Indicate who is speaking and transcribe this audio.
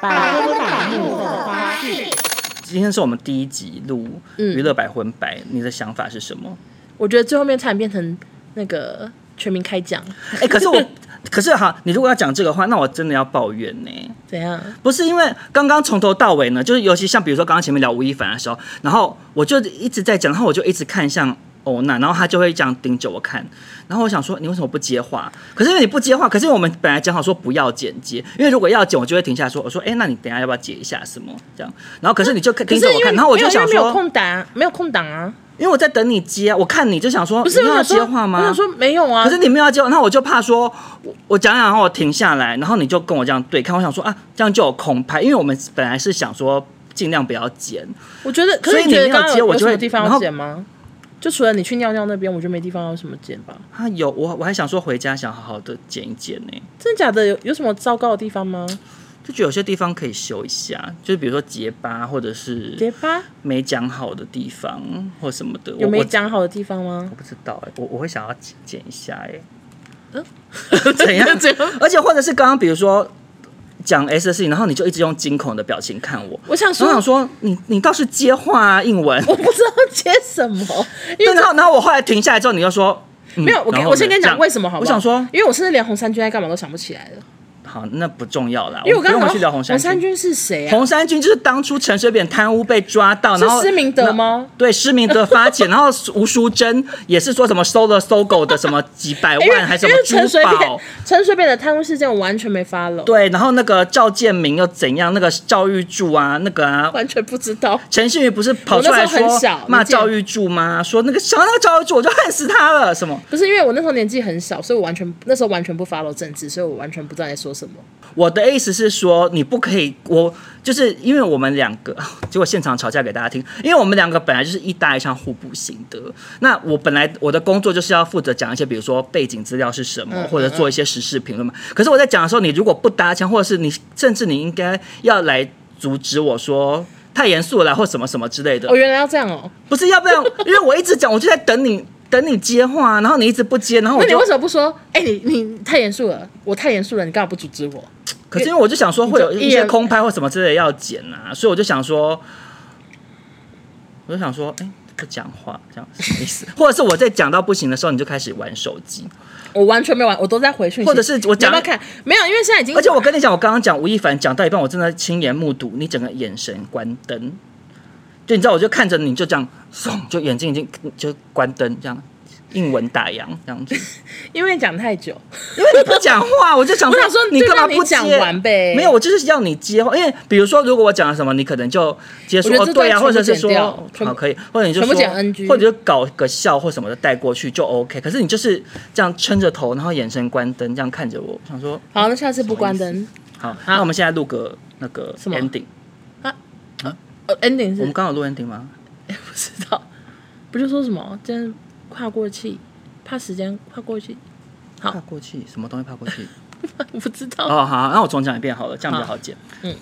Speaker 1: 百分百木可发誓。
Speaker 2: 今天是我们第一集录
Speaker 3: 嗯
Speaker 2: 娱乐百分百，你的想法是什么？
Speaker 3: 我觉得最后面差点变成那个全民开讲，
Speaker 2: 哎、可是我，可是哈，你如果要讲这个话，那我真的要抱怨呢、
Speaker 3: 怎样？
Speaker 2: 不是因为刚刚从头到尾呢，就是尤其像比如说刚刚前面聊吴亦凡的时候，然后我就一直在讲，然后我就一直看向欧娜，然后他就会这样盯着我看，然后我想说你为什么不接话？可是因为你不接话，可是我们本来讲好说不要剪接，因为如果要剪，我就会停下来说，我说哎、那你等一下要不要剪一下什么这样？然后可是你就看
Speaker 3: 可
Speaker 2: 盯
Speaker 3: 是
Speaker 2: 着我
Speaker 3: 因为
Speaker 2: 看，然后我
Speaker 3: 没
Speaker 2: 就
Speaker 3: 有因
Speaker 2: 想
Speaker 3: 为没有
Speaker 2: 说，
Speaker 3: 空档啊，没有空档啊，
Speaker 2: 因为我在等你接啊，我看你就想说
Speaker 3: 不是
Speaker 2: 你
Speaker 3: 我
Speaker 2: 要
Speaker 3: 想说
Speaker 2: 接话吗？
Speaker 3: 我想说没有啊，
Speaker 2: 可是你没有要接我，那我就怕说，我我讲讲，然后我停下来，然后你就跟我这样对看，我想说啊，这样就有空拍，因为我们本来是想说尽量不要剪，
Speaker 3: 我觉得，可
Speaker 2: 所
Speaker 3: 是
Speaker 2: 以
Speaker 3: 你觉
Speaker 2: 你
Speaker 3: 得
Speaker 2: 没有
Speaker 3: 刚刚
Speaker 2: 接
Speaker 3: 有
Speaker 2: 我
Speaker 3: 有什
Speaker 2: 就会
Speaker 3: 么地方
Speaker 2: 然后
Speaker 3: 要剪吗？就除了你去尿尿那边，我觉得没地方有什么剪吧？
Speaker 2: 啊有我我还想说回家想好好的剪一剪呢、
Speaker 3: 真的假的？有有什么糟糕的地方吗？
Speaker 2: 就觉得有些地方可以修一下，就是比如说结疤或者是
Speaker 3: 结巴
Speaker 2: 没讲好的地方或什么的，
Speaker 3: 有
Speaker 2: 我
Speaker 3: 没
Speaker 2: 我
Speaker 3: 讲好的地方吗
Speaker 2: 我？不知道哎、我我会想要剪剪一下哎、
Speaker 3: 嗯
Speaker 2: 怎样？
Speaker 3: 怎样
Speaker 2: 而且或者是刚刚比如说讲 S 的事情，然后你就一直用惊恐的表情看我，
Speaker 3: 我想
Speaker 2: 我
Speaker 3: 说，
Speaker 2: 想说，你你倒是接话啊，英文。
Speaker 3: 嗯我不知道接什么， 因
Speaker 2: 对，
Speaker 3: 为
Speaker 2: 然后然后我后来停下来之后，你就说、嗯
Speaker 3: 没有。我
Speaker 2: 然
Speaker 3: 跟
Speaker 2: 后
Speaker 3: 我先跟你
Speaker 2: 呢这
Speaker 3: 讲
Speaker 2: 样
Speaker 3: 为什么好不
Speaker 2: 我
Speaker 3: 好
Speaker 2: 想说，
Speaker 3: 因为我甚至连红衫军在干嘛都想不起来了。
Speaker 2: 好，那不重要啦。
Speaker 3: 因为我刚
Speaker 2: 们
Speaker 3: 刚
Speaker 2: 去聊红
Speaker 3: 红
Speaker 2: 山
Speaker 3: 衫
Speaker 2: 军。
Speaker 3: 军是谁啊？
Speaker 2: 红山军就是当初陈水扁贪污被抓到，哦然后
Speaker 3: 是施明德吗？
Speaker 2: 对，施明德发钱，然后吴淑珍也是说什么收了搜狗的什么几百
Speaker 3: 因为
Speaker 2: 万，还是
Speaker 3: 因
Speaker 2: 什
Speaker 3: 为陈
Speaker 2: 么珠
Speaker 3: 水扁
Speaker 2: 宝。
Speaker 3: 陈水扁的贪污事件我完全没发了，
Speaker 2: 对，啊然后那个赵建明又怎样？那个赵玉柱啊，那个啊，
Speaker 3: 完全不知道。
Speaker 2: 陈信宇不是跑出来
Speaker 3: 我那时候很
Speaker 2: 说
Speaker 3: 小
Speaker 2: 骂
Speaker 3: 你记得
Speaker 2: 赵玉柱吗？说那个想到那个赵玉柱，我就恨死他了。什么？
Speaker 3: 不是因为我那时候年纪很小，所以我完全那时候完全不 follow 政治，所以我完全不知道你在说什么。
Speaker 2: 我的意思是说，你不可以，我就是因为我们两个， 结果现场吵架给大家听，因为我们两个本来就是一搭一唱互补型的。那我本来我的工作就是要负责讲一些，比如说背景资料是什么，
Speaker 3: 嗯
Speaker 2: 或者做一些时事评论嘛。可是我在讲的时候，你如果不搭腔，或者是你甚至你应该要来阻止我说。太严肃了啦，或什么什么之类的
Speaker 3: 哦，，原来要这样哦。
Speaker 2: 不是要不然，因为我一直讲，我就在等你，等你接话，然后你一直不接，然后我
Speaker 3: 那你
Speaker 2: 就
Speaker 3: 为，什么不说？哎、你你太严肃了，我太严肃了，你干嘛不阻止我？
Speaker 2: 可是因为我就想说会有
Speaker 3: 你就
Speaker 2: 一些空拍或什么之类的要剪啊，所以我就想说，我就想说，哎、不讲话这样什么意思？ 或者是我在讲到不行的时候，你就开始玩手机，
Speaker 3: 我完全没玩，我都在回讯息，
Speaker 2: 或者是我
Speaker 3: 你要
Speaker 2: 讲
Speaker 3: 不要看？没有，因为现在已经，
Speaker 2: 而且我跟你讲，我刚刚讲吴亦凡讲到一半，我真的亲眼目睹你整个眼神关灯，就你知道，我就看着你就这样，嗖，就眼睛已经就关灯这样。英文打烊这样子，
Speaker 3: 因为讲太久，
Speaker 2: 因为你不讲话，我就想
Speaker 3: 我想说
Speaker 2: 你干嘛
Speaker 3: 就让
Speaker 2: 不
Speaker 3: 你讲
Speaker 2: 接
Speaker 3: 完呗
Speaker 2: 没有，我就是要你接话，因为比如说，如果我讲了什么，你可能就接说
Speaker 3: 我觉
Speaker 2: 哦
Speaker 3: 得这
Speaker 2: 对啊，
Speaker 3: 段
Speaker 2: 或
Speaker 3: 全
Speaker 2: 者
Speaker 3: 部
Speaker 2: 是
Speaker 3: 剪
Speaker 2: 说
Speaker 3: 掉全
Speaker 2: 好
Speaker 3: 部
Speaker 2: 可以，或者你就
Speaker 3: 全部
Speaker 2: 说
Speaker 3: 剪 NG
Speaker 2: 或者就搞个笑或什么的带过去就 OK。可是你就是这样撑着头，然后眼神关灯，这样看着我，我想说
Speaker 3: 好，那下次不关灯。
Speaker 2: 好，那我们现在录个那个
Speaker 3: 啊什么
Speaker 2: ending，
Speaker 3: 呃，ending
Speaker 2: 我
Speaker 3: 是
Speaker 2: 们刚好录 ending 吗？
Speaker 3: 不知道，不就说什么真是跨过去，怕时间跨过去， 好
Speaker 2: 怕过去，什么东西怕过去？哦
Speaker 3: 我不知道。
Speaker 2: 哦，好，那我重讲一遍好了，这样比较
Speaker 3: 好
Speaker 2: 好剪。
Speaker 3: 嗯